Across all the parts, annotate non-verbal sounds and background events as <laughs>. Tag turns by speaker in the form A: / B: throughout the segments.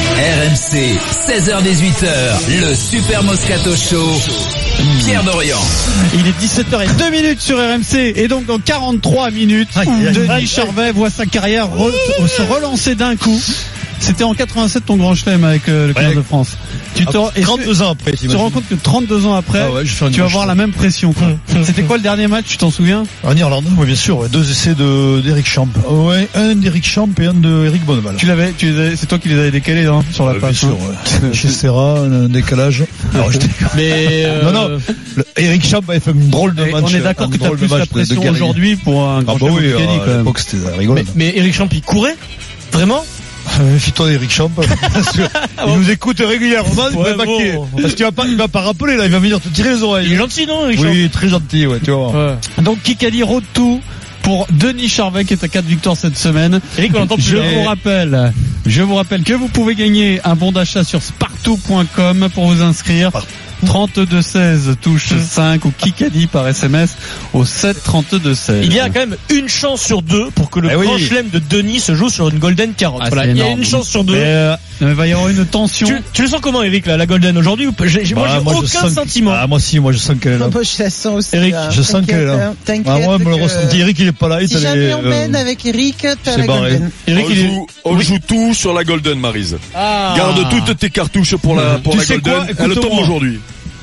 A: RMC, 16h18h, le Super Moscato Show. Pierre Dorian.
B: Il est 17h et 2 minutes sur RMC et donc dans 43 minutes, Denis Charvet voit sa carrière re- se relancer d'un coup. C'était en 87 ton grand chelem avec euh, le club de France. Tu te, et tu-
C: 32 ans après,
B: tu te rends compte que 32 ans après,
C: Ah ouais, je vais faire une
B: tu vas
C: grosse
B: avoir la même pression. quoi. <laughs> C'était quoi le dernier match, tu t'en souviens
C: En Irlande, oui, bien sûr, ouais. deux essais de d'Eric Champ. Ah Ouais, un d'Eric Champ et un d'Eric Bonneval.
B: Tu l'avais, tu les avais- c'est toi qui les avais décalés hein, sur la
C: Ouais, bien
B: passe.
C: sûr,
B: hein.
C: ouais. chez Serra, un décalage. Alors, je dis-
B: Mais euh,
C: non, non, le- Eric Champ avait fait une drôle de
B: et
C: match.
B: on est d'accord
C: un
B: que t'as
C: drôle de
B: plus la
C: match de- de
B: pression
C: guerrier.
B: aujourd'hui pour un
C: Ah
B: grand
C: bah
B: chelem
C: oui,
B: au Kenny,
C: à
B: quand même.
C: l'époque c'était rigolo.
D: Mais Eric Champ, il courait Vraiment
B: euh,
C: Méfie-toi
B: <laughs>
C: d'Eric Champ. parce que il nous écoute régulièrement, il
D: Ouais,
C: va
D: bon.
C: maquer. Parce qu'il va pas, il va pas rappeler là, il va venir te tirer les
D: Il est
C: oreilles.
D: gentil, non, Eric
C: Oui, très gentil, ouais, tu vas voir.
D: Champ Ouais.
B: Donc Kikadi road tout pour Denis Charvet qui est à 4 victoires cette semaine.
D: Eric, on l'entend plus.
B: Je
D: là.
B: vous rappelle, je vous rappelle que vous pouvez gagner un bon d'achat sur spartou.com pour vous inscrire. 32 16 touche
D: Mmh.
B: 5 ou Kikadi par SMS au 7 32 16.
D: Il y a quand même une chance sur deux pour que le
C: Eh oui.
D: grand chelem de Denis se joue sur une golden carotte.
B: Ah,
D: Voilà,
B: c'est
D: Il y a
B: énorme.
D: une chance sur deux.
B: Mais, euh, il va y avoir une tension.
D: Tu, tu le sens comment, Eric, là, la golden aujourd'hui ou pas J'ai- j'ai- Moi,
C: Bah,
D: j'ai
C: moi, je
D: aucun
C: sens que-
D: sentiment.
C: Ah, moi si, moi je sens qu'elle
B: <laughs>
C: est là.
D: Hein.
E: Non, moi, je la sens aussi.
C: Eric,
E: hein.
C: je sens
E: T'inquiète,
C: qu'elle est là.
E: hein, T'inquiète.
D: Bah,
C: Ah, moi, me le
E: que
C: ressenti. Eric, il est pas là, il
E: Si
C: t'allais,
E: jamais on
C: euh,
E: mène avec Eric, t'as
C: c'est
E: la
C: barré.
E: golden.
D: Eric,
F: on
D: il est...
F: joue, on joue tout sur la Golden, Marise.
D: Ah.
F: Garde toutes tes cartouches pour la, pour
C: Tu
F: la
C: sais quoi
F: Golden. Elle
C: Écoute-moi.
F: tombe aujourd'hui.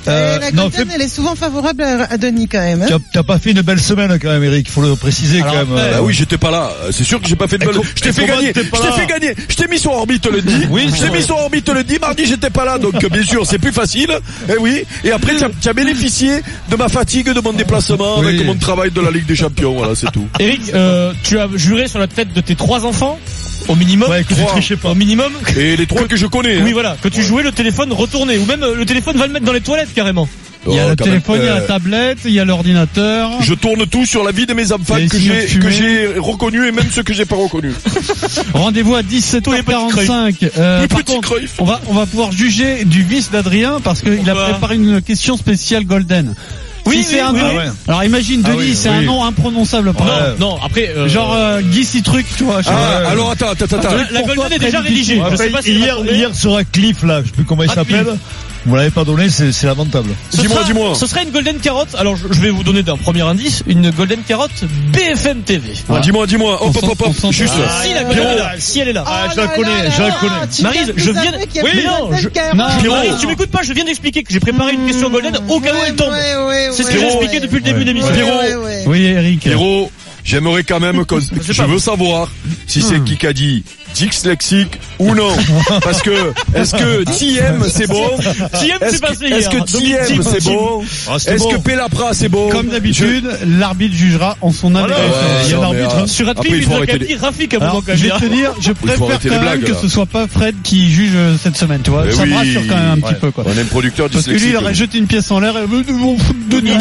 C: Euh,
E: Et la
C: non,
E: golden,
C: fais-
E: elle est souvent favorable à, à Denis quand même. hein.
C: Tu as- T'as pas fait une belle semaine quand même, Eric. Faut le préciser
B: Alors
C: quand même.
B: après,
C: Euh,
F: Bah oui, j'étais pas là. C'est sûr que j'ai pas fait de
C: Et
F: bol.
C: com-
F: Je t'ai
C: et
F: fait
C: comment
F: gagner. Je
C: t'es pas
F: t'ai
C: là
F: fait gagner. Je t'ai mis sur orbite le 10.
C: Oui,
F: je t'ai mis sur orbite le 10. Mardi, j'étais pas là. Donc, bien sûr, c'est plus facile. Et oui. Et après, tu as, tu as bénéficié de ma fatigue, de mon déplacement,
C: Oui.
F: avec mon travail de la Ligue des Champions. Voilà, c'est tout.
D: Eric, euh, tu as juré sur la tête de tes trois enfants, au minimum,
C: Ouais, écoute,
F: Trois.
C: j'ai triché pas.
D: au minimum,
F: Et les trois que je connais.
D: oui
F: hein.
D: voilà, que tu jouais le téléphone retourné, ou même euh, le téléphone va le mettre dans les toilettes carrément.
B: Il y a
F: Oh,
B: le
F: quand même.
B: téléphone, il y a la
F: Euh,
B: tablette, il y a l'ordinateur.
F: Je tourne tout sur la vie de mes enfants
B: Les
F: que
B: signaux de
F: j'ai,
B: fumée.
F: que j'ai reconnus et même ceux que j'ai pas reconnus.
B: Rendez-vous à
D: les petits
B: 17h45. Euh,
F: Les
B: par
F: petits
B: contre,
F: Cruyff.
B: on va, on va pouvoir juger du vice d'Adrien parce qu'il a
D: Pourquoi
B: préparé une question spéciale Golden.
D: Oui,
B: si c'est
D: oui,
B: un
D: oui,
B: nom-
D: oui.
B: Alors imagine
C: Ah
B: Denis,
C: oui,
B: c'est un
C: oui.
B: nom imprononçable. par
C: Ouais.
D: Non, non, après euh,
B: Genre euh, Guy Citruc, tu vois. je sais
F: Ah,
B: pas.
F: alors attends, attends, attends.
D: la, la
B: pourquoi
D: Golden est
B: très
D: déjà rédigée.
B: difficile
D: Je
C: Après,
D: sais pas si elle va
C: hier,
D: tourner.
C: hier sur un cliff là, je sais plus comment il
D: Ah, Cliff.
C: s'appelle. Vous l'avez pas donné, c'est c'est lamentable.
D: Ce
F: Dis-moi,
D: sera-
F: dis-moi.
D: Ce serait une golden carotte. Alors, je, je vais vous donner d'un premier indice, une golden carotte BFM TV.
F: Ah, Dis-moi, dis-moi, hop,
B: On
F: hop, hop, hop,
B: s'en- on s'en-
F: juste. euh,
D: Ah, si la golden est là, si elle est là.
E: Oh là là là là, tu
D: Maryse,
E: viens de
D: je
E: nous
D: viens-
E: avouer qu'il y a
D: Oui,
E: plus
D: non,
E: golden
D: je-
E: carrot.
B: Non,
D: Pierrot,
F: Pierrot.
D: Maryse, tu m'écoutes pas, je viens d'expliquer que j'ai préparé une question golden au cas où
E: Ouais,
D: elle tombe.
E: ouais, ouais,
D: C'est ce
E: ouais,
D: que j'ai
E: ouais.
D: expliqué depuis le début de l'émission.
E: Ouais,
F: Pierrot.
E: ouais, ouais.
B: Oui, Eric.
F: Pierrot, j'aimerais quand
B: <laughs>
F: même que je veux savoir si
B: Hmm.
F: c'est qui qui a dit dyslexique ou non.
B: <laughs>
F: Parce que, est-ce que
B: Ah.
F: TM c'est bon?
D: TM
F: Est-ce
D: c'est
F: que,
D: passé
F: est-ce
D: hier.
F: que
D: Donc,
F: TM
D: Tim,
F: c'est
D: Tim.
F: bon? Est-ce que Pelapra c'est bon?
B: Comme d'habitude, l'arbitre jugera en son âme. et
F: Je-
B: conscience.
F: Ouais,
B: Il y a
F: non,
B: l'arbitre.
F: mais, euh,
D: Sur
F: après,
D: Atpi,
F: il
D: il
F: faut
D: nous a
F: arrêter
D: quand même
F: les-
D: dit Rafik à un moment
B: Alors,
D: quand
B: je vais te
D: même.
B: dire, je préfère
F: arrêter
B: quand
F: les
B: même
F: blagues,
B: que
F: là.
B: ce soit pas Fred qui juge euh, cette semaine, tu vois.
F: Eh
B: ça me
F: oui.
B: rassure quand même un petit
F: Ouais.
B: peu, quoi.
F: On est un producteur
B: Parce que lui, il
F: dyslexique.
B: aurait jeté une pièce en l'air et euh, bon, Denis.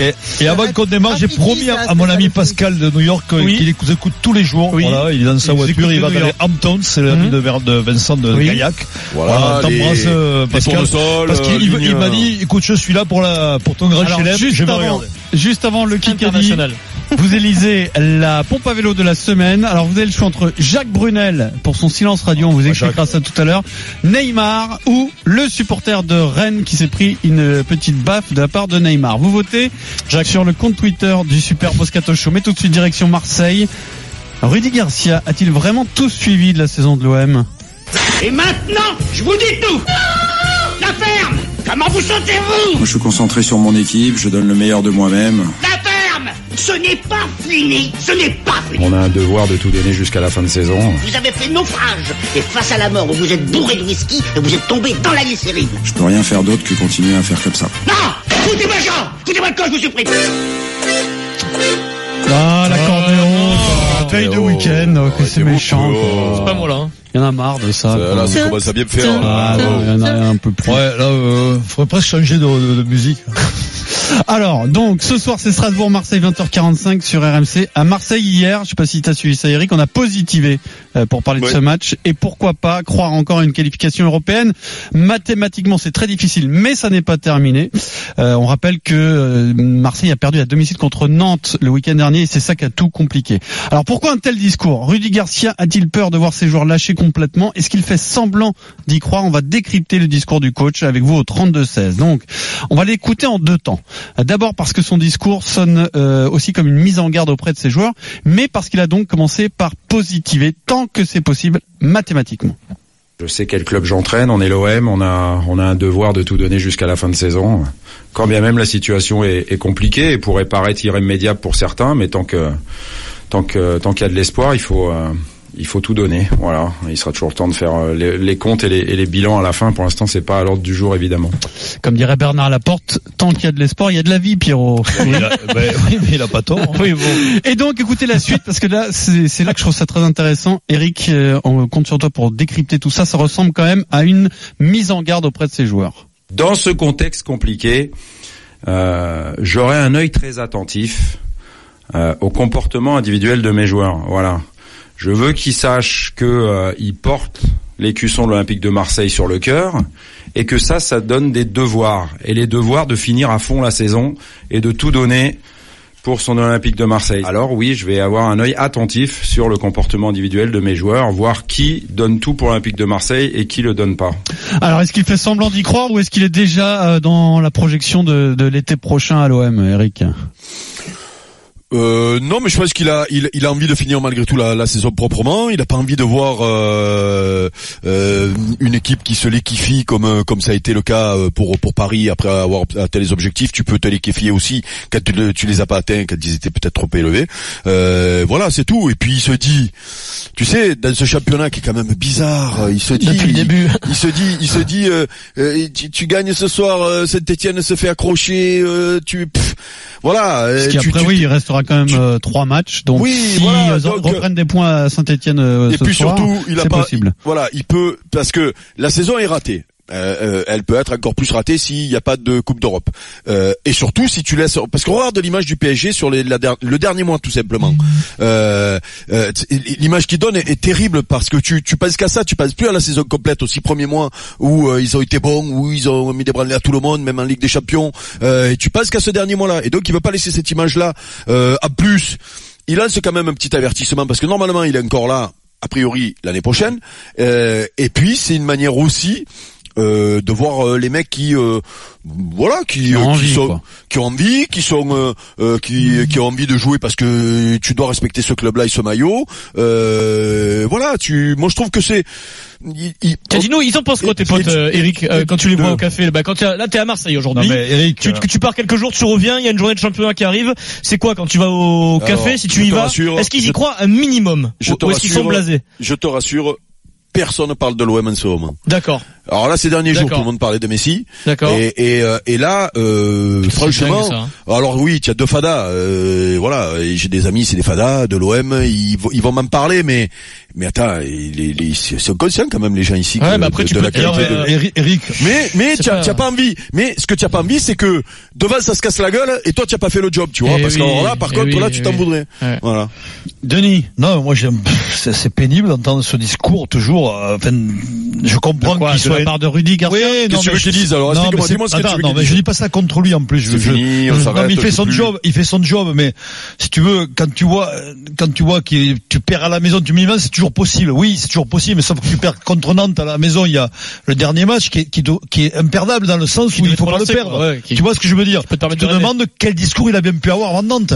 C: Et, et avant qu'on démarre, j'ai promis à, à mon ami Pascal de New York euh,
B: Oui.
C: qu'il écoute, écoute tous les jours.
B: Oui.
C: Voilà, il est dans sa
B: Il nous écoute
C: voiture, il
B: de
C: va
B: New
C: dans les
B: York.
C: Hamptons, c'est l'ami
B: Mhm.
C: de, Ver- de Vincent de
B: Oui.
C: Gaillac.
F: Voilà,
C: Voilà, t'embrasses,
F: les-
C: euh,
F: les
C: Pascal.
F: tournesols,
C: Parce qu'il
F: euh,
C: il veut-
F: lignes,
C: il m'a
F: euh,
C: dit, écoute, je suis là pour la, pour ton grand
B: Alors,
C: célèbre,
B: juste
C: je vais
B: avant-
C: regarder.
B: Juste avant le Kikadi,
D: International.
B: vous élisez la pompe à vélo de la semaine. Alors vous avez le choix entre Jacques Brunel pour son silence radio, on vous expliquera ça tout à l'heure, Neymar ou le supporter de Rennes qui s'est pris une petite baffe de la part de Neymar. Vous votez Jacques sur le compte Twitter du Super Moscato Show. Mais tout de suite direction Marseille. Rudy Garcia a-t-il vraiment tout suivi de la saison de l'OM
G: Et maintenant, je vous dis tout La ferme Comment vous sentez-vous
H: Moi, je suis concentré sur mon équipe, je donne le meilleur de moi-même.
G: La ferme Ce n'est pas fini Ce n'est pas fini
I: On a un devoir de tout donner jusqu'à la fin de saison.
G: Vous avez fait naufrage Et face à la mort, vous êtes bourré de whisky et vous êtes tombé dans la glycérine
H: Je peux rien faire d'autre que continuer à faire comme ça.
G: Non Écoutez-moi, Jean Écoutez-moi quand je vous supplie
B: Ah l'accordéon
F: Ah,
B: Veille de
F: oh,
B: week-end, oh, que
F: arrêtez
B: c'est méchant.
F: beaucoup,
B: quoi.
F: oh.
D: Pas moi là. hein.
B: Il y en a marre de ça.
F: Euh, Là, ça commence à bien me faire.
B: Ah,
F: Ah,
B: ouais,
F: bon.
B: il y en a un peu plus.
C: Ouais, là, euh, faudrait presque changer de, de- de musique.
B: <laughs> Alors, donc, ce soir, c'est Strasbourg-Marseille, 20h45 sur RMC. À Marseille, hier, je sais pas si tu as suivi ça, Eric, on a positivé euh, pour parler de
F: Ouais.
B: ce match. Et pourquoi pas croire encore à une qualification européenne Mathématiquement, c'est très difficile, mais ça n'est pas terminé. Euh, on rappelle que euh, Marseille a perdu à domicile contre Nantes le week-end dernier, et c'est ça qui a tout compliqué. Alors, pourquoi un tel discours Rudy Garcia a-t-il peur de voir ses joueurs lâchés complètement Est-ce qu'il fait semblant d'y croire On va décrypter le discours du coach avec vous au 32-16. Donc, on va l'écouter en deux temps. D'abord parce que son discours sonne euh, aussi comme une mise en garde auprès de ses joueurs, mais parce qu'il a donc commencé par positiver tant que c'est possible mathématiquement.
I: Je sais quel club j'entraîne, on est l'OM, on a, on a un devoir de tout donner jusqu'à la fin de saison. Quand bien même la situation est, est compliquée et pourrait paraître irrémédiable pour certains, mais tant que tant que tant qu'il y a de l'espoir, il faut euh, il faut tout donner. Voilà, il sera toujours le temps de faire euh, les, les comptes et les, et les bilans à la fin. Pour l'instant, c'est pas à l'ordre du jour évidemment.
B: Comme dirait Bernard Laporte, tant qu'il y a de l'espoir, il y a de la vie, Pierrot.
D: oui, mais il a pas tort. Oui, bon.
B: Et donc, écoutez la suite parce que là, c'est c'est là que je trouve ça très intéressant. Eric, euh, on compte sur toi pour décrypter tout ça. Ça ressemble quand même à une mise en garde auprès de ses joueurs.
I: Dans ce contexte compliqué, euh, j'aurai un œil très attentif euh, au comportement individuel de mes joueurs. Voilà. Je veux qu'ils sachent que euh, ils portent l'écusson de l'Olympique de Marseille sur le cœur et que ça, ça donne des devoirs et les devoirs de finir à fond la saison et de tout donner pour son Olympique de Marseille. Alors oui, je vais avoir un œil attentif sur le comportement individuel de mes joueurs, voir qui donne tout pour l'Olympique de Marseille et qui le donne pas.
B: Alors, est-ce qu'il fait semblant d'y croire ou est-ce qu'il est déjà euh, dans la projection de, de l'été prochain à l'OM, Eric
F: Euh, non, mais je pense qu'il a, il, il a envie de finir malgré tout la, la saison proprement. Il n'a pas envie de voir euh, euh, une équipe qui se liquifie comme euh, comme ça a été le cas euh, pour pour Paris après avoir atteint les objectifs. Tu peux te liquéfier aussi quand tu, le- tu les as pas atteints, quand ils étaient peut-être trop élevés. Euh, voilà, c'est tout. Et puis il se dit, tu sais, dans ce championnat qui est quand même bizarre, euh, il se dit
D: Depuis le début.
F: <laughs> il se dit, il se dit, euh, euh, tu, tu gagnes ce soir, euh, Saint-Étienne se fait accrocher, euh, tu, pff, voilà. euh,
B: Parce
F: tu-
B: qu'après,
F: tu-
B: oui, il restera quand même
F: tu-
B: euh, trois matchs. Donc,
F: Oui,
B: si
F: voilà,
B: euh,
F: donc,
B: reprennent des points à Saint-Etienne
F: Et
B: euh, ce
F: puis
B: soir,
F: surtout, il a
B: c'est
F: pas,
B: possible.
F: voilà, il peut parce que la saison est ratée. Euh, euh, elle peut être encore plus ratée s'il n'y a pas de Coupe d'Europe. Euh, et surtout si tu laisses, parce qu'on regarde l'image du PSG sur les, la der- le dernier mois tout
B: Mm.
F: simplement. Euh, euh, t- l'image qu'il donne est, est terrible parce que tu, tu penses qu'à ça, tu penses plus à la saison complète aux six premiers mois où euh, ils ont été bons, où ils ont mis des branlées à tout le monde, même en Ligue des Champions. Euh, et tu penses qu'à ce dernier mois-là. Et donc il veut pas laisser cette image-là euh, à plus. Il lance quand même un petit avertissement parce que normalement il est encore là a priori l'année prochaine. Euh, et puis c'est une manière aussi euh, de voir euh, les mecs qui euh, voilà qui,
B: Qui ont
F: euh, qui
B: envie,
F: sont
B: quoi.
F: qui ont envie, qui sont euh, euh, qui qui ont envie de jouer parce que tu dois respecter ce club-là et ce maillot. Euh, voilà, tu moi je trouve que c'est il- il-
D: Tiens, dis-nous, ils en pensent quoi tes
F: Et-
D: potes,
F: et-
D: euh, Eric, euh, quand tu les
F: de-
D: vois au café bah, quand t'es à- Là, t'es à Marseille aujourd'hui.
C: Eric,
F: euh,
D: Tu, tu pars quelques jours, tu reviens, il y a une journée de championnat qui arrive. C'est quoi quand tu vas au café,
F: Alors,
D: si tu
F: je
D: y
F: te
D: vas
F: rassure,
D: Est-ce qu'ils y
F: je-
D: croient un minimum
F: je
D: Ou
F: te
D: ou est-ce qu'ils sont
F: rassure.
D: blasés
F: je te rassure, personne ne parle de l'OM en ce moment.
D: D'accord,
F: Alors là ces derniers jours
D: D'accord.
F: tout le monde parlait de Messi
D: d'accord.
F: et et, euh, et là euh,
D: C'est
F: franchement
D: dingue, ça, hein.
F: Alors oui, tu as deux fadas. euh, voilà, et j'ai des amis, c'est des fadas de l'OM. Ils, vont- ils vont m'en parler, mais mais attends, ils, ils- ils sont conscients quand même les gens ici.
D: Ouais,
F: que-
D: mais après,
F: de,
D: tu
F: de
D: peux
F: la
D: te dire,
F: qualité de-
D: euh,
C: Eric, Eric,
F: Mais mais
D: c'est
F: tu as,
D: pas-
F: tu as pas envie. Mais ce que tu as pas envie, c'est que devant ça se casse la gueule et toi tu as pas fait le job, tu vois.
D: Eh
F: parce
D: oui,
F: que là, par
D: eh
F: contre,
D: oui,
F: là
D: eh
F: tu t'en
D: oui.
F: voudrais.
D: Ouais.
F: Voilà.
C: Denis. Non, moi j'aime. pff, C'est c'est pénible d'entendre ce discours toujours. euh, Enfin, je comprends qu'il
B: de
C: soit.
B: la part de Rudy Garcia.
C: Oui, non,
F: Qu'est-ce que tu
C: mais
F: veux que je te
C: je-
F: dise alors
C: non, mais
F: Explique-moi,
C: c'est-
F: dis-moi ce que
C: attends,
F: tu veux
C: non,
F: que
C: mais
F: je
C: je
F: dise.
C: dis pas ça contre lui en plus. Je,
F: C'est
C: je-
F: fini, on
C: je- non,
F: s'arrête,
C: mais il fait
F: je
C: son
F: peux plus.
C: job. Il fait son job, mais si tu veux, quand tu vois, euh, quand tu vois que tu perds à la maison, tu me dis, c'est toujours possible. Oui, c'est toujours possible, mais sauf que tu perds contre Nantes à la maison. Il y a le dernier match qui est, qui, do- qui est imperdable dans le sens
D: Qui
C: où
D: devait
C: il faut
D: être
C: pas le
D: relancé,
C: perdre.
D: quoi. Ouais, qui-
C: tu vois ce que je veux dire
D: peut te
C: Je
D: permettre
C: te
D: de rêver.
C: demande quel discours il a bien pu avoir avant Nantes.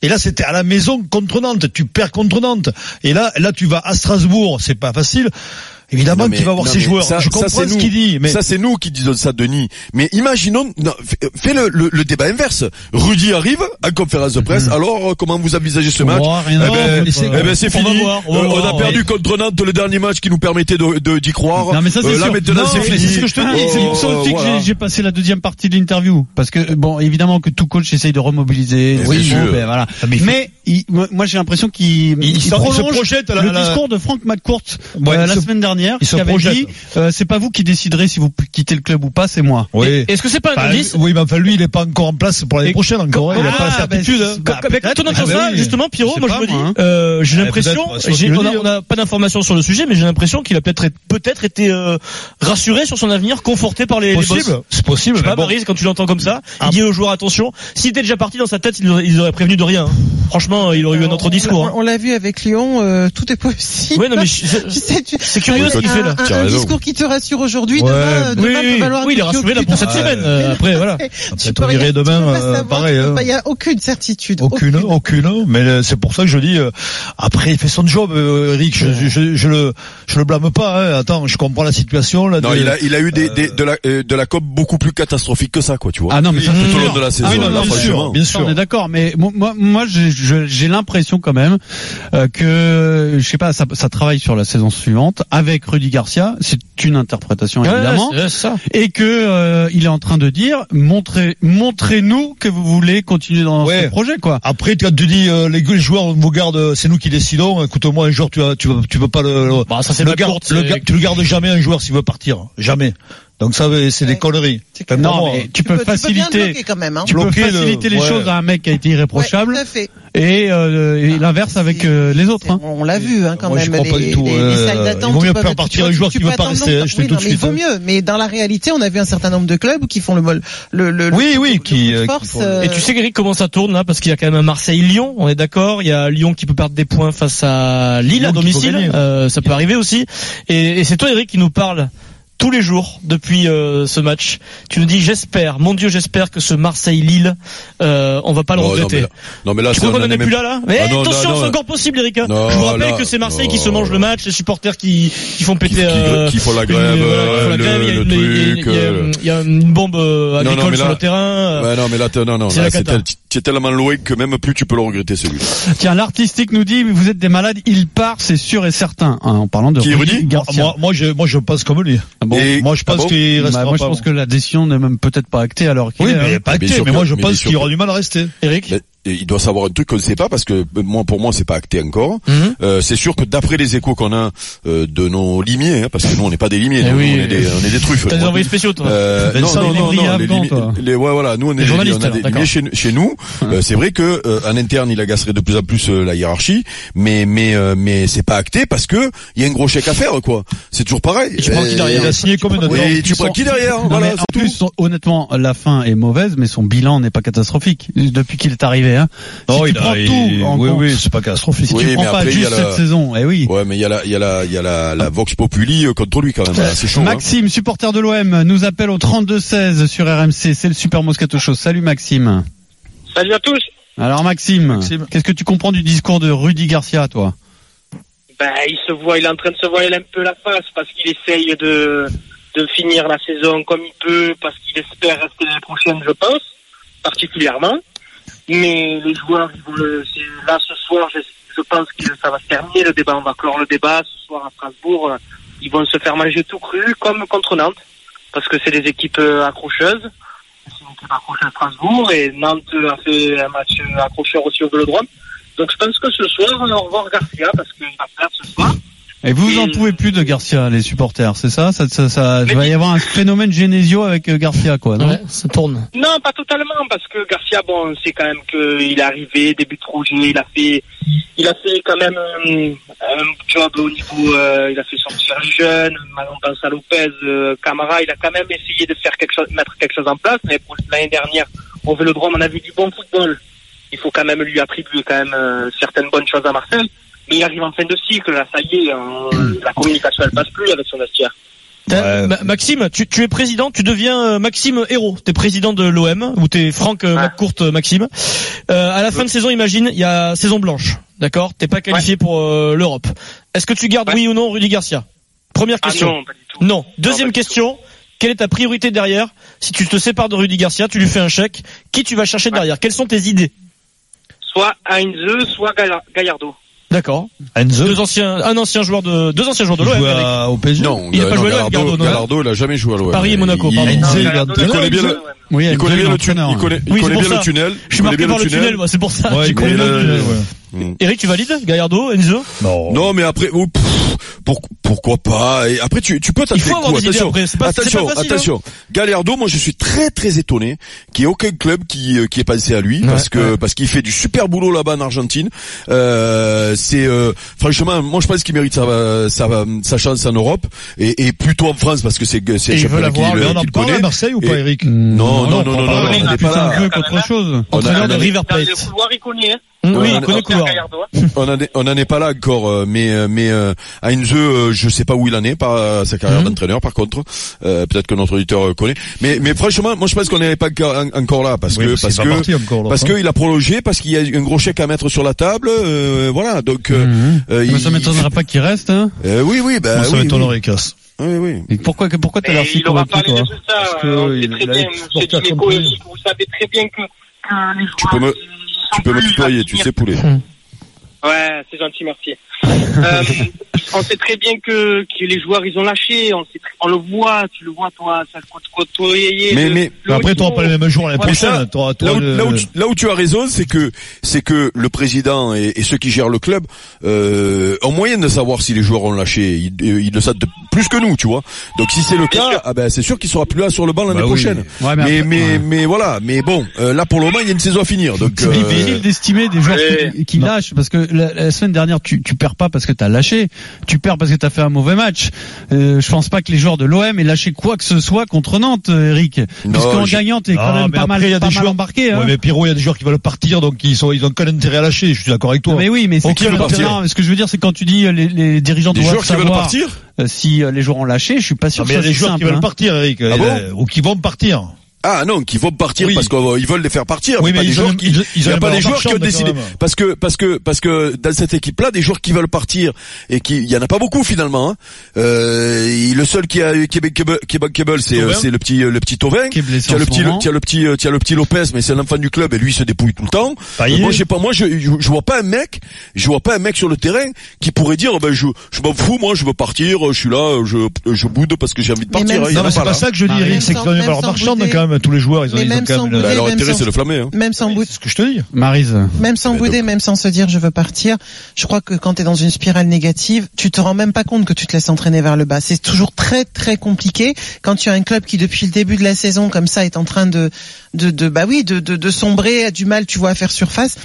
C: Et là, c'était à la maison contre Nantes. Tu perds contre Nantes. Et là, là, tu vas à Strasbourg. C'est pas facile. Évidemment
F: Non,
C: Ah qu'il va
F: mais-
C: voir
F: non,
C: ses
F: mais
C: joueurs.
F: ça-
C: je
F: ça,
C: comprends
F: c'est
C: ce
F: nous.
C: qu'il dit, mais
F: Ça, c'est nous qui disons ça, Denis. Mais imaginons, non, fais- fais le, le- le débat inverse. Rudy arrive à conférence de presse. Alors, euh, comment vous envisagez ce match
B: Oh, rien
F: Eh
B: à voir,
F: ben,
B: mais
F: eh
B: c'est-
F: ben, c'est
D: On va
F: fini.
D: voir, on va
F: Euh,
D: voir,
F: a perdu
D: ouais.
F: contre Nantes le dernier match qui nous permettait de de- d'y croire.
B: Non mais ça c'est
F: Euh,
B: sûr.
F: Là maintenant
B: Non,
F: c'est
B: mais
F: fini.
B: c'est ce que je te dis.
F: Oh,
B: c'est pour ça aussi que
F: voilà.
B: j'ai- j'ai passé la deuxième partie de l'interview parce que Euh, bon évidemment que tout coach essaye de remobiliser.
F: Oui,
B: c'est
F: bien
B: bon,
F: sûr.
B: ben, voilà.
C: Ah, mais
B: Mais,
C: il faut-
B: il- moi moi, j'ai l'impression qu'il
C: Il- il
B: il
C: sort- il se
B: prolonge
C: projette à la-
B: le
C: à la-
B: discours de Franck McCourt
C: Ouais,
B: euh,
C: il
B: la
C: se-
B: semaine dernière
C: Ils se
B: qui avait
C: projettent.
B: dit euh, c'est pas vous qui déciderez si vous quittez le club ou pas, c'est moi.
C: Oui.
D: Est-ce que c'est pas un
C: Bah,
D: indice
C: oui, mais enfin, lui, il est pas encore en place pour l'année
B: Et-
C: prochaine, encore. hein, il a
B: Ah,
C: pas la
B: bah,
C: certitude. hein.
B: bah,
D: Mais quand on entend
C: Ah bah
D: ça,
C: oui.
D: justement, Pierrot,
B: Je sais
D: moi
B: pas,
D: je me dis,
B: moi, hein.
D: euh, j'ai
C: Ouais,
D: l'impression,
C: Ah, peut-être, soit
D: j'ai-
C: qu'il le
D: on a-
C: dit, hein.
D: on n'a pas d'informations sur le sujet, mais j'ai l'impression qu'il a peut-être être- peut-être été euh, rassuré sur son avenir, conforté par les, les boss.
C: possible. C'est
D: Je
C: possible.
D: sais
C: mais
D: pas,
C: bon.
D: Maryse, quand tu l'entends comme ça,
C: Ah.
D: il dit aux joueurs attention. S'il était déjà parti dans sa tête, il aurait, il aurait prévenu de rien. hein. Franchement, il aurait eu un autre
E: On-
D: discours. hein.
E: On l'a vu avec Lyon, euh, tout est possible. <laughs>
D: Ouais, non, mais je- je-
E: Tu sais, tu-
D: c'est curieux ce qu'il
E: un-
D: fait là.
E: Un,
F: Tu as
E: un
F: raison.
E: discours qui te rassure aujourd'hui,
C: Ouais.
E: demain, euh,
D: Oui,
E: demain peut
D: oui,
E: valoir
D: oui, il est
E: un
D: rassuré là
E: discours
D: pour
E: qui
D: cette
E: te-
C: Ah,
D: semaine. euh, Après, voilà.
E: Tu
C: Peut-être
E: peux
C: on
E: rien-
C: dirait
E: tu peux
C: demain,
E: pas
C: euh,
E: savoir,
C: pareil,
E: tu peux
C: hein.
E: pas- Il n'y a aucune certitude.
C: <laughs> Aucune, aucune, mais euh, c'est pour ça que je dis, euh, après il fait son job, euh, Eric, je, je, je, je le, je le blâme pas, hein. attends, je comprends la situation, là,
F: Non,
C: de-
F: il a, il a eu des, des- de la, euh, de la COP beaucoup plus catastrophique que ça, quoi, tu vois.
B: Ah non, mais ça,
F: tout
B: c'est
F: au
B: sûr.
F: long de la saison,
B: Ah oui, non,
F: là,
B: non,
C: bien
B: mais-
F: franchement.
C: sûr, bien
B: Ça,
C: sûr.
B: On est d'accord, mais mo- moi, moi, j'ai- je- j'ai l'impression quand même euh, que, je sais pas, ça, ça travaille sur la saison suivante avec Rudy Garcia. C'est une interprétation évidemment,
D: Ouais, c'est ça.
B: et que euh, il est en train de dire montrez, montrez-nous que vous voulez continuer dans
C: Ouais.
B: ce projet, quoi.
C: Après, quand tu dis euh, les les joueurs, on vous garde, euh, c'est nous qui décidons. Écoute-moi, un joueur, tu as, tu, tu peux pas le, le-
D: Bah, ça, c'est
C: le
D: la
C: garde-
D: courte,
C: le
D: c'est-
C: garde- tu le gardes jamais un joueur s'il veut partir, jamais. Donc ça, c'est des
E: Ouais.
C: conneries. Même
B: Non,
C: pour moi.
B: mais tu peux
E: Tu peux bien
B: faciliter.
E: bloquer quand même. hein.
B: Tu peux
C: Bloquer le-
B: faciliter les
C: ouais.
B: choses à un mec qui a été
E: Ouais,
B: irréprochable
E: tout à fait.
B: et, euh, et l'inverse avec euh, les autres.
E: C'est-
B: hein.
E: On l'a vu hein, quand
C: Moi,
E: même.
C: j'y crois pas
E: les-
C: du tout,
E: les- les
C: euh,
E: salles d'attente,
C: il vaut mieux
E: tu peux-
C: faire
E: tu
C: partir
E: peux-
C: un joueur
E: tu
C: qui
E: peux
C: veut pas
E: attendre
C: rester,
E: longtemps.
C: je te le
E: Oui,
C: dis tout
E: non,
C: de
E: mais Il
C: suite,
E: vaut
C: hein.
E: mieux, mais dans la réalité, on a vu un certain nombre de clubs qui font le mol- le le- le
C: Oui,
E: coup
C: oui,
E: de-
C: qui,
E: le coup
C: euh,
E: de
C: qui
E: force,
C: font le-
E: euh,
D: Et tu sais, Eric, comment ça tourne là Parce qu'il y a quand même un Marseille-Lyon, on est d'accord. Il y a Lyon qui peut perdre des points face à Lille
C: Lyon qui
D: à
C: peut
D: domicile.
C: gagner.
D: Euh, ça peut arriver aussi. Et, et c'est toi, Eric, qui nous parle tous les jours depuis euh, ce match. Tu nous dis j'espère, mon Dieu, j'espère que ce Marseille-Lille, euh, on va pas le
F: Oh, non,
D: regretter.
F: mais là- non, mais là,
D: Tu
F: c'est-
D: crois qu'on
F: on
D: en
F: en est
D: est
F: même-
D: plus là là Mais
F: Ah non,
D: attention,
F: non, non.
D: c'est encore possible, Eric. hein.
F: Non,
D: Je vous rappelle
F: là-
D: que c'est Marseille qui se
F: non,
D: mange le
F: là.
D: match, les supporters qui, qui font
F: qui,
D: péter.
F: qui,
D: euh,
F: qui font la
D: une- voilà,
F: grève,
D: qui font la
F: le,
D: grève, il y a
F: le
D: une-
F: truc.
D: il y a- il y a-
F: euh,
D: il y a une bombe euh,
F: Non, non,
D: agricole
F: mais
D: sur
F: là-
D: le terrain. euh,
F: Ouais, non, mais là, t'es- non, non,
D: C'est la
F: là, c'est
D: cata.
F: tel- t'es tellement loin que même plus tu peux le regretter, celui-là.
B: Tiens, l'artistique nous dit vous êtes des malades, il part, c'est sûr et certain. Hein, en parlant de
F: Qui,
B: Rudy
F: Rudy Ah,
C: Moi,
B: Garcia.
C: moi, moi, je, moi, je pense comme lui.
B: Ah bon
F: Et-
C: moi, je pense
F: ah bon
C: qu'il
B: Bah,
C: restera
B: moi, je
C: pas.
B: pense que la décision n'est même peut-être pas actée alors qu'il
C: Oui,
B: est,
C: mais il
B: hein.
C: est pas
F: Bien
C: acté,
F: sûr
C: mais moi,
F: que-
C: je
F: mais bien
C: pense
F: sûr
C: qu'il
F: que-
C: aura du mal à rester.
D: Eric.
F: Mais il doit savoir un truc qu'on ne sait pas parce que euh, moi, pour moi, c'est pas acté encore.
D: Mhm.
F: Euh, c'est sûr que d'après les échos qu'on a euh, de nos limiers, hein, parce que nous, on n'est pas des limiers,
D: Eh
F: nous,
D: oui.
F: on, est des, on est des truffes.
D: T'as des
F: Moi,
D: envoyés spéciaux, toi.
F: Euh, non,
B: Vincent,
F: non,
B: les
F: non,
B: brillants
F: non, les,
B: afghans,
F: limi-
B: toi.
F: les- ouais, voilà, nous on est
D: Les
F: des-
D: journalistes,
F: on a des
D: alors, d'accord. Hein.
F: limiers chez, chez nous. Euh, c'est vrai que euh, en interne, il agacerait de plus en plus euh, la hiérarchie, mais mais euh, mais c'est pas acté parce que il y a un gros chèque à faire, quoi. C'est toujours pareil. Euh,
D: Et tu prends qui derrière
C: Il a signé comme un
F: Oui, tu prends qui derrière
B: Non,
F: Voilà,
B: mais en
F: c'est
B: plus,
F: tout.
B: son- honnêtement, la fin est mauvaise, mais son bilan n'est pas catastrophique depuis qu'il est arrivé. Hein.
C: Non,
B: si
C: Oh, il
B: tu prends
C: a,
B: tout
C: il-
B: en
C: oui,
B: compte,
C: oui, c'est pas catastrophique.
B: si
F: Oui,
B: tu prends
F: mais
B: pas
F: après, il y a
B: juste cette
F: la-
B: saison, eh oui.
F: <laughs> Ouais, mais il y a la il y a la il y a la, la vox populi euh, contre lui quand même. là, C'est chaud. hein.
B: Maxime, supporter de l'OM, nous appelle au 32-16 sur RMC. C'est le Super Moscato Show. Salut Maxime.
J: Salut à tous.
B: Alors Maxime,
C: Maxime.
B: qu'est-ce que tu comprends du discours de Rudy Garcia, toi
J: Ben, il se voit, il est en train de se voiler un peu la face parce qu'il essaye de, de finir la saison comme il peut, parce qu'il espère rester l'année prochaine, je pense, particulièrement. Mais les joueurs, ils vont le- c'est- là ce soir, je, je pense que ça va se terminer le débat. On va clore le débat ce soir à Strasbourg. euh, Ils vont se faire manger tout cru comme contre Nantes, parce que c'est des équipes euh, accrocheuses. C'est une équipe accrocheuse à Strasbourg et Nantes a fait un match euh, accrocheur aussi au Vélodrome. Donc je pense que ce soir, on revoir Garcia parce qu'il va perdre ce soir.
B: Et vous, vous en
J: Et-
B: pouvez plus de Garcia, les supporters, c'est ça, ça, ça, ça Il
J: Mais-
B: va y avoir un phénomène Genesio avec euh, Garcia, quoi, non
D: Ouais, ça tourne.
J: Non, pas totalement, parce que Garcia, bon, c'est quand même qu'il est arrivé, début de projet, il a fait, il a fait quand même euh, un, job au niveau, euh, il a fait sortir les jeunes, Manon à Lopez, euh, Camara, il a quand même essayé de faire quelque chose, mettre quelque chose en place, mais pour l'année dernière, au Vélodrome, on a vu du bon football. Il faut quand même lui attribuer quand même euh, certaines bonnes choses à Marseille, mais il arrive en fin de cycle, là, ça y est, euh, la communication, elle passe plus avec son vestiaire.
D: T'as-
C: Ouais.
D: Ma- Maxime, tu, tu es président, tu deviens euh, Maxime Hérault. T'es président de l'OM ou t'es Franck euh,
J: Ouais.
D: McCourt euh, Maxime. Euh, à la fin de saison, imagine, il y a saison blanche, d'accord T'es pas qualifié pour euh, l'Europe. Est-ce que tu gardes
J: Ouais.
D: oui ou non Rudy Garcia Première
J: Ah
D: question.
J: non, pas du tout.
D: non. Deuxième
J: Non, pas du
D: question. Quelle est ta priorité derrière Si tu te sépares de Rudy Garcia, tu lui fais un chèque. Qui tu vas chercher
J: Ouais.
D: derrière Quelles sont tes idées
J: Soit Heinze, soit Gailla- Gallardo.
D: D'accord.
C: Enzo,
D: Deux anciens, un ancien joueur de, deux anciens joueurs de
C: il
D: l'OM.
C: joue
D: Eric.
C: à- au PSG.
F: Non,
D: Il a
F: euh,
D: pas
F: non,
D: joué à l'OM,
F: Gallardo,
D: Gardeau, non
F: Gallardo, il a jamais joué à l'OM.
D: Paris et Monaco, pardon.
F: il-
C: Enzo,
J: Non,
C: il
J: Gallardo,
C: a-
F: Ah, il connaît bien le-
B: Oui,
F: Il connaît bien le tunnel.
B: l'entraîneur.
F: Il connaît, il
D: Oui, c'est
F: connaît
D: pour
F: bien
D: ça.
F: le
D: Je
F: tunnel. il
D: suis
F: connaît
D: marqué
F: bien
D: par le tunnel,
F: tunnel.
D: moi, c'est pour ça.
C: Ouais,
D: Tu
C: il
D: connais
C: connaît
D: le
C: le-
D: tunnel.
C: ouais.
D: Eric, tu valides Gallardo, Enzo
F: Non. mais après, oh, pff, pour- pourquoi pas Et Après, tu, tu peux
D: Il
F: t'atteler
D: faut avoir des idées
F: attention,
D: après, c'est pas- c'est
F: attention,
D: pas facile, hein.
F: attention. Gallardo, moi, je suis très très étonné qu'il n'y ait aucun club qui euh, qui ait pensé à lui parce que parce qu'il fait du super boulot là-bas en Argentine. Euh, c'est euh, franchement, moi, je pense qu'il mérite sa, sa sa chance en Europe et, et plutôt en France parce que c'est c'est
C: Et
F: le
C: il veut
F: championnat
C: l'avoir,
F: qu'il
C: mais
F: euh,
C: on en
F: qu'il
C: parle à
F: connaît.
C: Marseille ou pas,
F: Et-
C: Eric
F: Non, non, non, non, non,
B: parle
F: non,
B: pas.
F: on n'est pas
B: C'est un
F: là.
B: jeu qu'autre chose.
F: On a-
D: Entraîneur
F: on
D: de
F: a-
D: River
J: Dans
D: Plate.
J: le couloir, il connaît. hein.
D: Oui,
F: on
D: il
F: a-
D: connaît le couloir.
J: Gallardo, hein.
F: On en est- on en est pas là encore, euh, mais euh, mais euh, Heinze, euh, je sais pas où il en est, pas euh, sa carrière
C: Mhm.
F: d'entraîneur par contre. Euh, Peut-être que notre auditeur euh, connaît. Mais mais franchement, moi je pense qu'on n'est pas encore- en- encore là parce
C: Oui,
F: que
C: parce qu'il
F: parce
C: va
F: que
C: partir encore, là,
F: parce
C: hein.
F: que il a prolongé, parce qu'il y a eu un gros chèque à mettre sur la table. euh, voilà, donc euh,
C: Mhm.
F: euh,
B: Ah, Mais
F: il-
B: ça m'étonnera pas qu'il reste. Hein.
F: Euh, oui oui bah
C: Moi, Ça
F: oui, oui,
C: m'étonnerait, Cass.
F: oui oui.
B: Et pourquoi, pourquoi t'as
J: Mais
B: l'air si
J: il aura pas
B: convaincu,
J: les
B: toi
J: résultats.
C: Parce que
J: on sait
C: il-
J: euh, très
C: il a
J: bien,
C: exporté
J: monsieur
C: à
J: Dimeco
C: Compris.
J: aussi, vous savez très bien que, que les
F: Tu
J: joueurs
F: peux me-
J: qui sont
F: Tu peux me
J: plus,
F: tutoyer,
J: là,
F: tu
J: qui
F: sais poulet.
J: Ouais, c'est gentil, merci. Euh, on sait très bien que, que les joueurs, ils ont lâché. On, sait, tr- on le voit, tu le vois, toi, ça côte côtoyer.
F: Mais-
J: le-
F: mais-
J: le
C: Après, t'auras
J: haut
C: pas le même jour l'année
J: Ouais,
F: ça,
C: prochaine. t'auras-
F: Là
C: t'auras
F: où,
C: le-
F: là où tu, là où tu as raison, c'est que c'est que le président et, et ceux qui gèrent le club euh, ont moyen de savoir si les joueurs ont lâché. Ils, euh, ils le savent de- plus que nous, tu vois. Donc si c'est le cas, ah ben c'est sûr qu'il sera plus là sur le banc l'année
C: Bah oui.
F: prochaine.
B: Ouais, mais
F: mais mais,
B: après-
F: mais,
B: ouais.
F: voilà. Mais bon, euh, là pour le moment, il y a une saison à finir. Donc
B: C'est
F: euh,
B: difficile d'estimer des joueurs qui, qui lâchent parce que la, la semaine dernière tu, tu perds pas parce que t'as lâché, tu perds parce que t'as fait un mauvais match. Euh, je pense pas que les joueurs de l'OM aient lâché quoi que ce soit contre Nantes, euh, Eric. Puisqu'en
F: j'ai-
B: gagnant t'es quand
C: Ah,
B: même
C: mais
B: pas mal,
C: après, il y a
B: pas
C: des
B: mal
C: joueurs-
B: embarqué. hein.
C: Ouais, mais Pierrot, il y a des joueurs qui veulent partir, donc ils sont, ils ont qu'un intérêt à lâcher. Je suis d'accord avec toi.
B: Non, mais oui, mais c'est
C: Ok,
B: que
C: on va
B: maintenant,
C: partir.
B: ce que je veux dire, c'est quand tu dis euh, les, les dirigeants
F: des
B: doivent
F: joueurs qui veulent
B: savoir,
F: partir.
B: euh, si euh, les joueurs ont lâché, je suis pas sûr
C: Non, mais
B: que
C: il y a
B: ça
C: des
B: soit
C: joueurs qui
B: simple,
C: veulent
B: hein.
C: partir, Eric,
F: Ah
C: Et,
F: bon
C: euh, ou qui vont partir.
F: Ah non, qui vont partir
C: Oui.
F: parce qu'ils veulent les faire partir.
C: Oui,
F: C'est
C: mais
F: pas
C: ils
F: des
C: ont-
F: joueurs qui,
C: ils ont- ils
F: il y a
C: ont
F: pas
C: un
F: des joueurs qui ont
C: marchand,
F: décidé.
C: quand même.
F: Parce que, parce que, parce que dans cette équipe-là, des joueurs qui veulent partir et qui, il y en a pas beaucoup finalement. hein. Euh, il- le seul qui a qui est bankable, qui est bankable, c'est euh,
C: Thauvin.
F: c'est le petit euh, le petit Tauvin.
B: Qui est blessé
F: Tu as
B: en
F: le
B: ce
F: petit,
B: moment.
F: tu as le petit, euh, tu as le petit Lopez, mais c'est l'enfant du club et lui il se dépouille tout le temps.
C: Payet.
F: Euh, Moi, j'ai pas, moi, je, je, je vois pas un mec, je vois pas un mec sur le terrain qui pourrait dire, oh, ben je, je m'en fous, moi, je veux partir, je suis là, je, je boude parce que j'ai envie de
E: Mais
F: partir.
E: même
F: hein, il y
C: Non,
F: en a
C: mais c'est
F: pas,
C: pas
F: là.
C: ça que je dis,
B: Bah,
C: Eric,
B: même
C: c'est
E: sans-
C: qu'ils ont une
E: même
C: valeur
E: sans
C: marchande
E: bouder.
C: quand même, tous les joueurs, ils ont,
E: Mais
C: ils ont
E: même
C: quand
E: sans
C: même,
E: bouder.
F: Bah,
C: le-
F: leur
E: même
F: intérêt,
E: sans-
F: c'est de flammer. hein.
E: Même sans bout,
C: ce que je te dis.
B: Marise.
E: même sans
F: Mais
E: bouder,
F: donc-
E: même sans se dire je veux partir, je crois que quand tu es dans une spirale négative, tu te rends même pas compte que tu te laisses entraîner vers le bas. C'est toujours très très compliqué quand tu as un club qui depuis le début de la saison comme ça est en train de de, de bah oui, de, de de sombrer, a du mal, tu vois, à faire surface.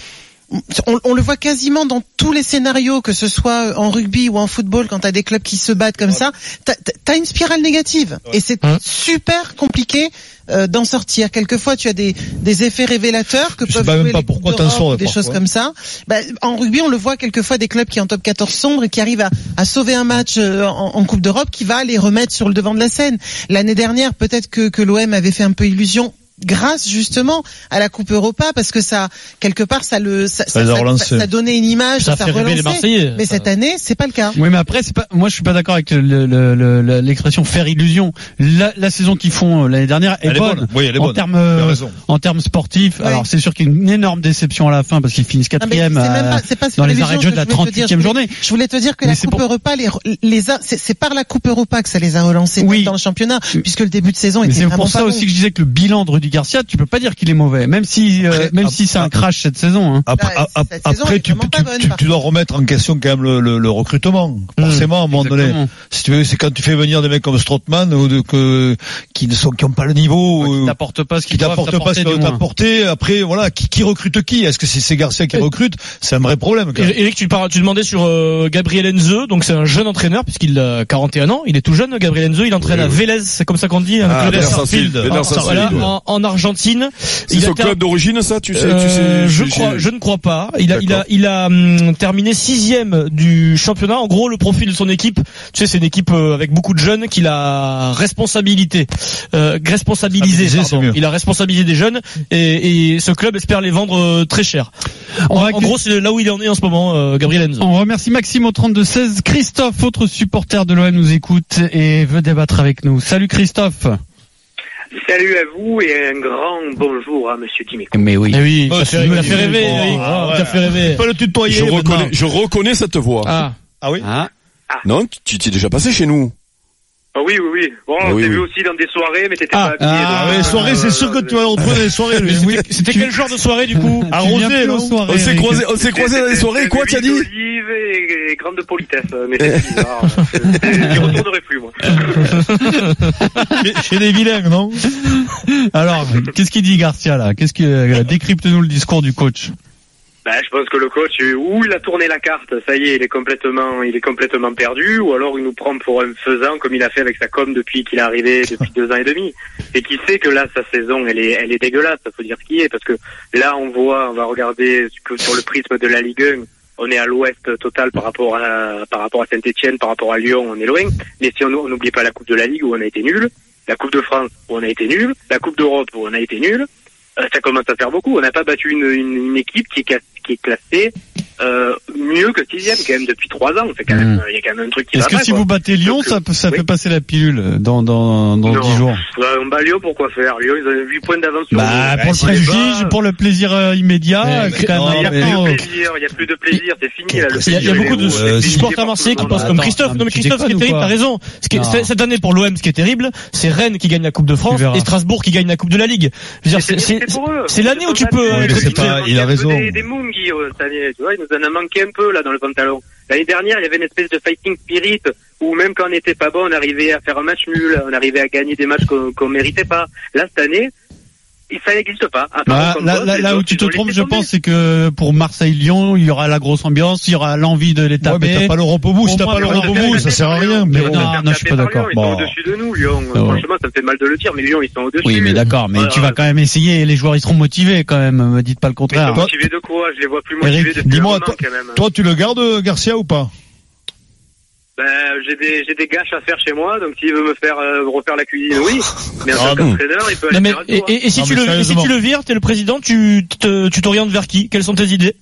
E: On, on le voit quasiment dans tous les scénarios, que ce soit en rugby ou en football, quand t'as des clubs qui se battent comme ça, t'as- t'as une spirale négative et c'est
D: Hein.
E: super compliqué euh, d'en sortir. Quelquefois, tu as des, des effets révélateurs que
C: Je sais
E: peuvent
C: pas même
E: jouer
C: pas
E: les
C: pourquoi
E: Coupes
C: t'en
E: d'Europe,
C: sors,
E: des
C: parfois.
E: choses comme ça. Bah, en rugby, on le voit quelquefois des clubs qui en top 14 sombre et qui arrivent à, à sauver un match euh, en, en Coupe d'Europe qui va les remettre sur le devant de la scène. L'année dernière, peut-être que, que l'OM avait fait un peu illusion grâce justement à la Coupe Europa parce que ça quelque part ça le ça,
C: les a relancés.
E: ça donnait une image ça,
D: Ça fait rêver les
E: relançait.
D: Marseillais.
E: mais
B: Euh,
E: cette année c'est pas le cas
B: Oui, mais après, c'est pas. Moi, je suis pas d'accord avec le- le- le- le- l'expression faire illusion. La, la saison qu'ils font euh, l'année dernière est
C: Elle est
B: bonne.
C: bonne. Oui, elle est
B: en
C: bonne.
B: termes,
C: Tu as
B: euh,
C: raison.
B: en termes sportifs,
E: Ouais.
B: alors c'est sûr qu'il y a une énorme déception à la fin parce qu'ils finissent
E: Non, mais c'est
B: quatrième
E: même pas-
B: euh,
E: c'est pas
B: dans
E: sur
B: les arrêts de jeu de la
E: illusions que je voulais te dire.
B: 38e journée.
E: Je voulais te dire que
B: Mais
E: la
B: c'est
E: Coupe
B: pour-
E: Europa, les, les a- c'est c'est par la Coupe Europa que ça les a relancés
B: Oui.
E: dans le championnat, puisque le début de saison
B: Mais
E: était
B: c'est
E: vraiment
B: pour ça
E: pas
B: aussi
E: bon.
B: que je disais que le bilan de Rudy Garcia, tu peux pas dire qu'il est mauvais, même si euh,
C: Après-
B: même si c'est un crash cette saison. Hein.
C: Après,
E: Là,
C: ap-
E: cette saison, elle
C: après
E: est
C: tu,
E: vraiment
C: tu-
E: pas bonne,
C: tu-
E: par
C: tu dois remettre en question quand même le, le- le recrutement. Forcément, à un moment donné.
B: exactement.
C: Si tu veux, c'est quand tu fais venir des mecs comme Strootman ou de, que, qui ne sont, qui ont pas le niveau.
B: Qui
C: euh,
B: t'apporte pas ce
C: qui
B: qu'il doit
C: t'apporte pas ce
B: t'apporter.
C: qu'ils
B: du
C: doivent
B: moins.
C: t'apporter. Après, voilà, qui, qui recrute qui Est-ce que c'est c'est Garcia qui recrute C'est un vrai problème. quand même.
D: Eric, tu, parles, tu demandais sur euh, Gabriel Enze, donc c'est un jeune entraîneur puisqu'il a 41 ans, il est tout jeune. Gabriel Enze, il entraîne
F: Oui,
D: à
F: oui.
D: Vélez, c'est comme ça qu'on dit, un
F: Ah,
D: club
F: Vélez
D: en-
F: Sarsfield. Vélez
D: en-
F: Sarsfield,
D: voilà,
F: ouais.
D: en, en Argentine.
F: C'est
D: a
F: son
D: ter-
F: club d'origine, ça, tu sais, tu
D: Euh,
F: sais.
D: je
F: tu sais-
D: crois, je ne crois pas. Il a, il a,
F: D'accord.
D: il a hum, terminé sixième du championnat. En gros, le profil de son équipe, tu sais, c'est une équipe euh, avec beaucoup de jeunes qu'il a responsabilité, euh, responsabilisé.
C: Responsabilisé,
D: pardon.
C: c'est mieux.
D: Il a responsabilisé des jeunes et, et ce club espère les vendre euh, très cher.
B: On
D: En,
B: va
D: en gros, c'est là où il en est en ce moment, euh, Gabriel Enzo.
B: On remercie Maxime au 32-16. Christophe, autre supporter de l'OM, nous écoute et veut débattre avec nous. Salut Christophe.
J: Salut à vous et un grand bonjour à Monsieur Dimeco.
B: Mais oui.
D: Eh oui,
C: Oh,
D: t'as
C: tu
D: fait, t'as
C: rigoles,
D: fait rêver,
C: oh,
D: Eric.
C: ah, ouais.
D: T'as fait rêver.
C: Pas le tutoyer.
F: Je
C: maintenant.
F: reconnais, je reconnais cette voix.
D: Ah.
C: Ah oui.
B: Ah.
F: Non, tu tu es déjà passé chez nous.
J: Ah oui, oui, oui. Bon, on
F: Ah oui,
J: t'est vu
F: oui.
J: aussi dans des soirées, mais t'étais
B: Ah,
J: pas habillé.
B: ah,
J: donc,
C: les soirées,
J: euh,
C: c'est sûr que tu vas retrouver dans les soirées. lui. Oui.
D: C'était quel genre de soirée du coup
C: Arrosé, non
F: On s'est croisé, on s'est croisé dans les
J: <laughs>
F: soirées, quoi, t'as
J: Huile
F: dit
J: d'olive et, et grande politesse, euh, mais c'est bizarre.
F: <laughs>
J: Je retournerai plus, moi.
C: Chez- Chez les vilains, non
B: Alors, qu'est-ce qu'il dit Garcia là Qu'est-ce que
C: euh,
B: décrypte-nous le discours du coach
J: Ben, je pense que le coach, euh, ou il a tourné la carte, ça y est, il est complètement, il est complètement perdu, ou alors il nous prend pour un faisant comme il a fait avec sa com depuis qu'il est arrivé
F: <laughs>
J: depuis deux ans et demi, et qui sait que là sa saison, elle est, elle est dégueulasse, ça faut dire ce qui est, parce que là on voit, on va regarder que sur le prisme de la Ligue 1, on est à l'ouest total par rapport à, par rapport à Saint-Etienne, par rapport à Lyon, on est loin, mais si on on n'oublie pas la Coupe de la Ligue où on a été nul, la Coupe de France où on a été nul, la Coupe d'Europe où on a été nul, euh, ça commence à faire beaucoup. On n'a pas battu une, une- une équipe qui est, ca- qui est classée euh, mieux que sixième quand même depuis trois ans. C'est quand même, il y a quand même un truc qui va
B: Hmm. Est-ce que
J: pas,
B: si
J: quoi.
B: vous battez Lyon,
J: Donc,
B: ça, peut- ça
J: oui.
B: fait passer la pilule dans dans dans
J: Non.
B: dix jours
J: Ouais, on bat Lyon, pourquoi faire Lyon, ils ont 8 points d'avance sur
B: Bah,
J: nous.
B: pour le
J: Ouais, c'est
B: prestige,
J: pas-
B: pour le plaisir euh, immédiat,
D: Mais-
B: c'est quand
J: Il
B: même
J: n'y a
B: important.
J: plus de plaisir, il n'y a plus de plaisir, c'est fini. Là, le
D: Oh, Il y a, il y a
J: plaisir,
D: beaucoup de
J: est-
D: supporters
J: est- est-
D: supporters marseillais qui
J: Non,
D: pensent
J: bah,
D: comme
B: attends,
D: Christophe.
B: non,
D: Non, mais
B: mais tu
D: Christophe, ce qui
B: déconnes
D: est
B: ou
D: terrible,
B: quoi
D: t'as raison. Ce qui est-
B: Non.
D: c'est- cette année pour l'OM, ce qui est terrible, c'est Rennes qui gagne la Coupe de France
B: verras.
D: et Strasbourg qui gagne la Coupe de la Ligue. Je veux dire, c'est- c'est-
J: pour eux.
D: c'est l'année où tu
J: Ils
D: peux,
J: sont
D: euh,
J: battus.
D: être
J: Il nous
C: pas-
J: en
C: il a
J: manquait un peu
C: raison.
J: Des, des mômes, Guillaume, cette année, tu vois, il nous en a manqué un peu là dans le pantalon. L'année dernière, il y avait une espèce de fighting spirit où même quand on n'était pas bon, on arrivait à faire un match nul, on arrivait à gagner des matchs qu'on qu'on méritait pas. Là, cette année, il- ça n'existe pas.
D: Ah,
J: À part
B: Bah,
J: contre
B: là,
J: eux,
B: là,
J: les
B: là où
J: autres,
B: tu
J: ils
B: te
J: ont laissé
B: trompes, je
J: tomber.
B: pense, c'est que pour Marseille-Lyon, il y aura la grosse ambiance, il y aura l'envie de les
C: Ouais, mais t'as
B: taper.
C: pas l'Europe au bout. Si
B: Au
C: t'as
B: moins,
C: pas
B: mais
C: l'Europe
B: on
C: au
B: a
C: bout,
B: gagné
C: ça sert à
J: par Lyon.
C: rien. Mais
J: On
C: bon.
J: s'est
B: non,
J: fait
B: non, je suis
J: taper
B: pas
J: par
B: d'accord.
J: Lyon, Ils sont
B: Bon. Ah
J: au-dessus de nous, Lyon.
B: ouais.
J: Franchement, ça me fait mal de le dire, mais Lyon, ils sont au-dessus.
B: Oui, mais d'accord, mais
J: Ouais,
B: tu
J: ouais.
B: vas quand même essayer, et les joueurs ils seront motivés quand même, me dites pas le
J: Mais ils
B: contraire.
J: sont motivés de quoi Je les vois plus motivés
C: Eric,
J: depuis un
C: dis-moi,
J: moment, quand même.
C: Toi, tu le gardes, Garcia, ou pas
J: Ben, j'ai des, j'ai des gâches à faire chez moi, donc s'il veut me faire euh, refaire la cuisine, oui. Mais en tant qu'entraîneur, il peut aller
D: Non, mais-
J: faire un
D: et,
J: tour.
D: et- et si
C: Non, mais
D: tu le, et si
C: sérieusement.
D: tu le vires, t'es le président, tu te- tu t'orientes vers qui Quelles sont tes idées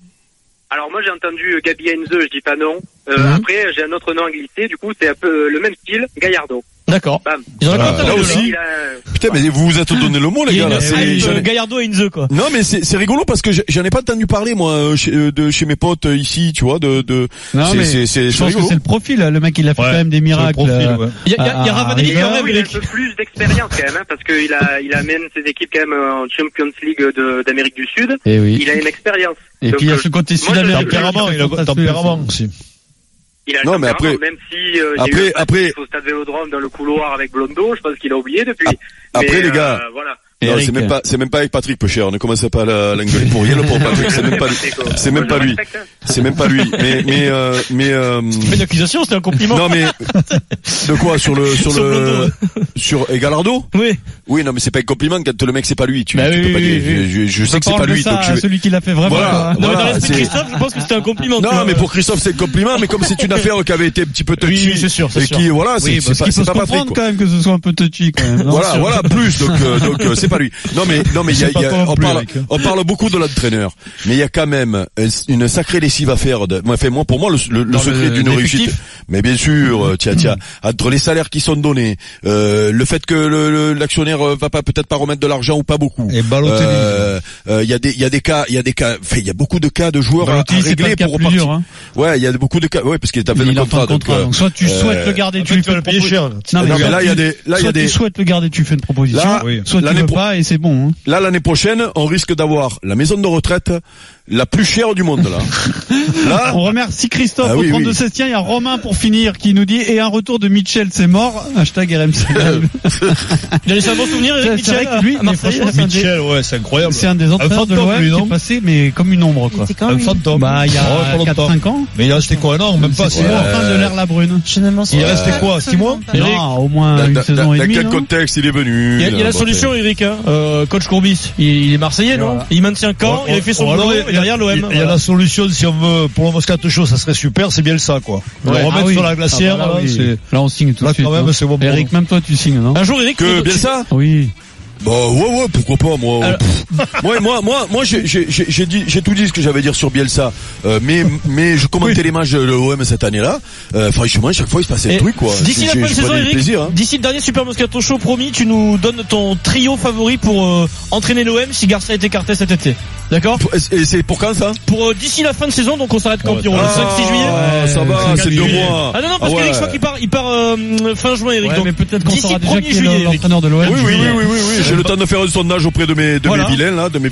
J: Alors moi, j'ai entendu euh, Gabi Heinze, je dis pas non. Euh, Après, j'ai un autre nom à glisser, du coup, c'est un peu euh, le même style, Gaillardo.
D: D'accord.
J: Bam.
D: Ils ont la
F: Ah,
D: Coupe de la
F: là
D: Ligue,
F: aussi.
J: Il a-
F: Putain, mais vous vous êtes donné le mot,
D: Il
F: les
D: y a
F: gars,
D: une
F: là. c'est-
D: hype,
F: j'en
D: euh,
F: ai-
D: Gallardo et Inze quoi.
F: Non, mais c'est c'est rigolo parce que j'ai- j'en ai pas entendu parler, moi, euh, chez, euh, de, chez mes potes euh, ici, tu vois, de, de,
B: Non,
F: c'est-
B: mais
F: c'est- c'est
B: je pense que
F: rigolo.
B: c'est le profil, le mec il a fait
C: Ouais,
B: quand même des miracles. euh,
D: Il y a, il y a- il y a
B: Ah,
D: Ravanelli
J: Et
D: qui
J: euh,
D: rêve,
J: il a un
D: Eric.
J: peu plus d'expérience quand même, hein, parce qu'il a, il amène ses équipes quand même en Champions League de- d'Amérique du Sud.
B: Et oui.
J: Il a une expérience.
B: Et
J: Donc,
B: puis il y a
J: euh,
B: ce côté
J: moi, je-
B: sud-américain.
C: Tempérament, il a
B: Fantastique.
C: tempérament aussi.
J: Il a
F: Non,
J: le
F: mais
J: tempérament,
F: après-
J: même si euh, il y a eu
F: après-
J: un match
F: après-
J: au stade Vélodrome dans le couloir avec Blondo, je pense qu'il a oublié depuis.
F: après,
J: Mais,
F: les
J: euh,
F: gars,
J: voilà.
F: Non,
B: Eric.
F: c'est même pas, c'est même pas avec Patrick, peu cher. Ne commencez pas à la- l'engueuler pour rien, le pauvre Patrick. C'est même pas lui. C'est même
J: Moi,
F: pas
J: je
F: lui.
J: respecte, hein.
F: C'est même pas lui. Mais, mais, euh, mais, euh,
D: Mais une accusation, c'était un compliment.
F: non, mais, de quoi? Sur le, sur
D: Sur
F: le,
D: Blondo.
F: sur, et Gallardo?
D: Oui.
F: Oui, non, mais c'est pas un compliment quand le mec c'est pas lui. Tu,
B: Bah
F: tu
B: oui,
F: peux pas
B: oui,
F: dire.
B: oui,
F: Je, je- je sais que c'est
B: Parle
F: pas
B: de
F: lui,
B: ça
F: donc
B: à
F: tu-
B: celui qui l'a fait vraiment.
F: Voilà.
B: quoi, hein.
D: Non, mais dans
F: Voilà,
D: l'esprit de
F: c'est-
D: Christophe, je pense que c'était un compliment. tu
F: Non,
D: vois.
F: mais pour Christophe c'est un compliment, mais comme
B: <laughs>
F: c'est une affaire qui avait été un petit peu touchy,
D: Oui, c'est sûr, c'est
F: et
D: sûr.
F: qui, voilà, c'est
B: Oui,
F: c'est
B: parce
F: pas,
B: qu'il faut
F: bah, c'est
B: se
F: pas Patrick.
B: comprendre
F: quoi.
B: quand même que ce soit un peu touchy quand même. non
F: voilà, voilà, plus donc euh, donc euh, c'est pas lui. Non mais non
B: <laughs>
F: mais il y a, il y a- on parle on parle beaucoup de l'entraîneur, mais il y a quand même euh, une sacrée lessive à faire. De, moi, fait, moi pour moi le, le- le
B: Dans
F: secret
B: le- Hmm.
F: d'une
B: l'effectif.
F: réussite. Mais bien sûr, euh, tiens tiens, entre les salaires qui sont donnés, euh, le fait que le- le- l'actionnaire euh, va pas peut-être pas remettre de l'argent ou pas beaucoup.
B: Eh,
C: Et Balotelli.
F: Euh, euh, Il y a des il y a des cas il y a des cas fait, il y a beaucoup de cas de joueurs à- à,
B: Balotelli, c'est pas
F: régler
B: le cas
F: pour
B: plus
F: repartir.
B: dur. hein.
F: Ouais, il y a beaucoup de cas. Ouais, parce qu'il est à fait
B: Il
F: de
B: a pas
F: contrat.
B: de
F: donc,
B: contrat.
F: euh,
B: Donc soit tu
F: euh,
B: souhaites le garder, tu
C: Après,
B: lui
C: tu vas
B: fais
C: le payer cher. là.
B: Non, mais
F: non, mais
B: soit
F: là il y a
B: tu-
F: des là il y
B: soit
F: a des
B: tu souhaites le garder, tu fais une proposition.
F: Là,
B: Oui. soit tu
F: l'année
B: veux
F: pro-
B: pas et c'est bon. hein.
F: Là, l'année prochaine, on risque d'avoir la maison de retraite la plus chère
B: <laughs>
F: du monde, là. là,
B: On remercie Christophe
F: Ah
B: au
F: oui,
B: 32
F: oui.
B: 16 Tiens, il y a Romain pour finir qui nous dit et un retour de Mitchell, c'est mort. Hashtag RMC.
D: Il a laissé un bon souvenir, Eric
B: C'est vrai
D: Mitchell.
B: que lui,
D: à Marseille.
B: mais franchement, c'est un des-
C: Michel, ouais, c'est incroyable.
B: c'est un des entraîneurs de
C: fantôme, lui,
B: l'OM qui
C: non
B: est passé, mais comme une ombre
E: Il
B: quoi.
E: était quand même-
B: Bah, il y
C: Oh, pas
B: a
C: longtemps.
B: 4-5 ans.
C: Mais il a acheté quoi? Non, même pas,
B: C'est
C: six
B: en
C: mois.
B: train de l'air la brune.
E: Je ne m'en
C: Il
E: souviens
C: est resté quoi, six mois
E: absolument pas.
D: Eric.
B: Non, au moins
F: dans,
B: Ah, une
F: dans-
B: saison
F: dans-
B: et
F: dans
B: demie.
F: quel
B: non
F: contexte il est venu
D: Il y a, il y a la
F: Bon,
D: solution, Eric. Hein. Euh, coach Courbis, il, il est Marseillais, non Il maintient quand Il a fait son
C: Ou alors,
D: boulot
C: il y a-
D: et derrière l'OM.
C: Il y a la solution, si on veut, pour le Moscato Show, ça serait super, c'est bien ça, quoi. Le
B: Ouais.
C: remettre
B: Ah oui.
C: sur la glacière,
B: Ah bah
C: là,
B: là, oui.
C: c'est...
B: Là, on signe tout de
C: Là,
B: suite.
C: quand même,
B: non
C: c'est bon pour Hein
B: Eric, même toi, tu signes, non
D: Un jour, Eric,
F: Que
D: tu-
F: bien ça
B: Oui.
F: Bon, ouais, ouais, pourquoi pas, moi.
D: Alors-
F: pff. moi, moi, moi, moi, j'ai, j'ai, j'ai- j'ai dit, j'ai tout dit ce que j'avais à dire sur Bielsa. Euh, mais, mais, je commentais les matchs de l'OM cette année-là. Euh, franchement, chaque fois, il se passait
D: Et
F: un truc, quoi.
D: D'ici la
F: J'ai-
D: fin de
F: j'ai
D: saison,
F: prenais du
D: Eric,
F: plaisir, hein.
D: d'ici le dernier Super Moscato Show, promis, tu nous donnes ton trio favori pour euh, entraîner l'OM si Garcia est écarté cet été. D'accord
F: Et c'est pour quand ça
D: Pour euh, d'ici la fin de saison, donc on s'arrête campion le 5-6 juillet.
F: Ah, Ça va,
B: Ouais,
F: c'est deux mois.
D: Ah non non parce
F: Ah ouais.
D: qu'Eric je crois qu'il part il part euh, fin juin Eric
B: Ouais,
D: donc
B: mais peut-être qu'on
D: d'ici
B: saura déjà
D: 1er
B: qui est
D: juillet,
B: le-
D: Eric.
B: l'entraîneur de l'OM.
F: Oui, oui, oui, oui, oui. J'ai le temps de faire un sondage auprès de mes, de
D: Voilà.
F: mes vilains, là, de mes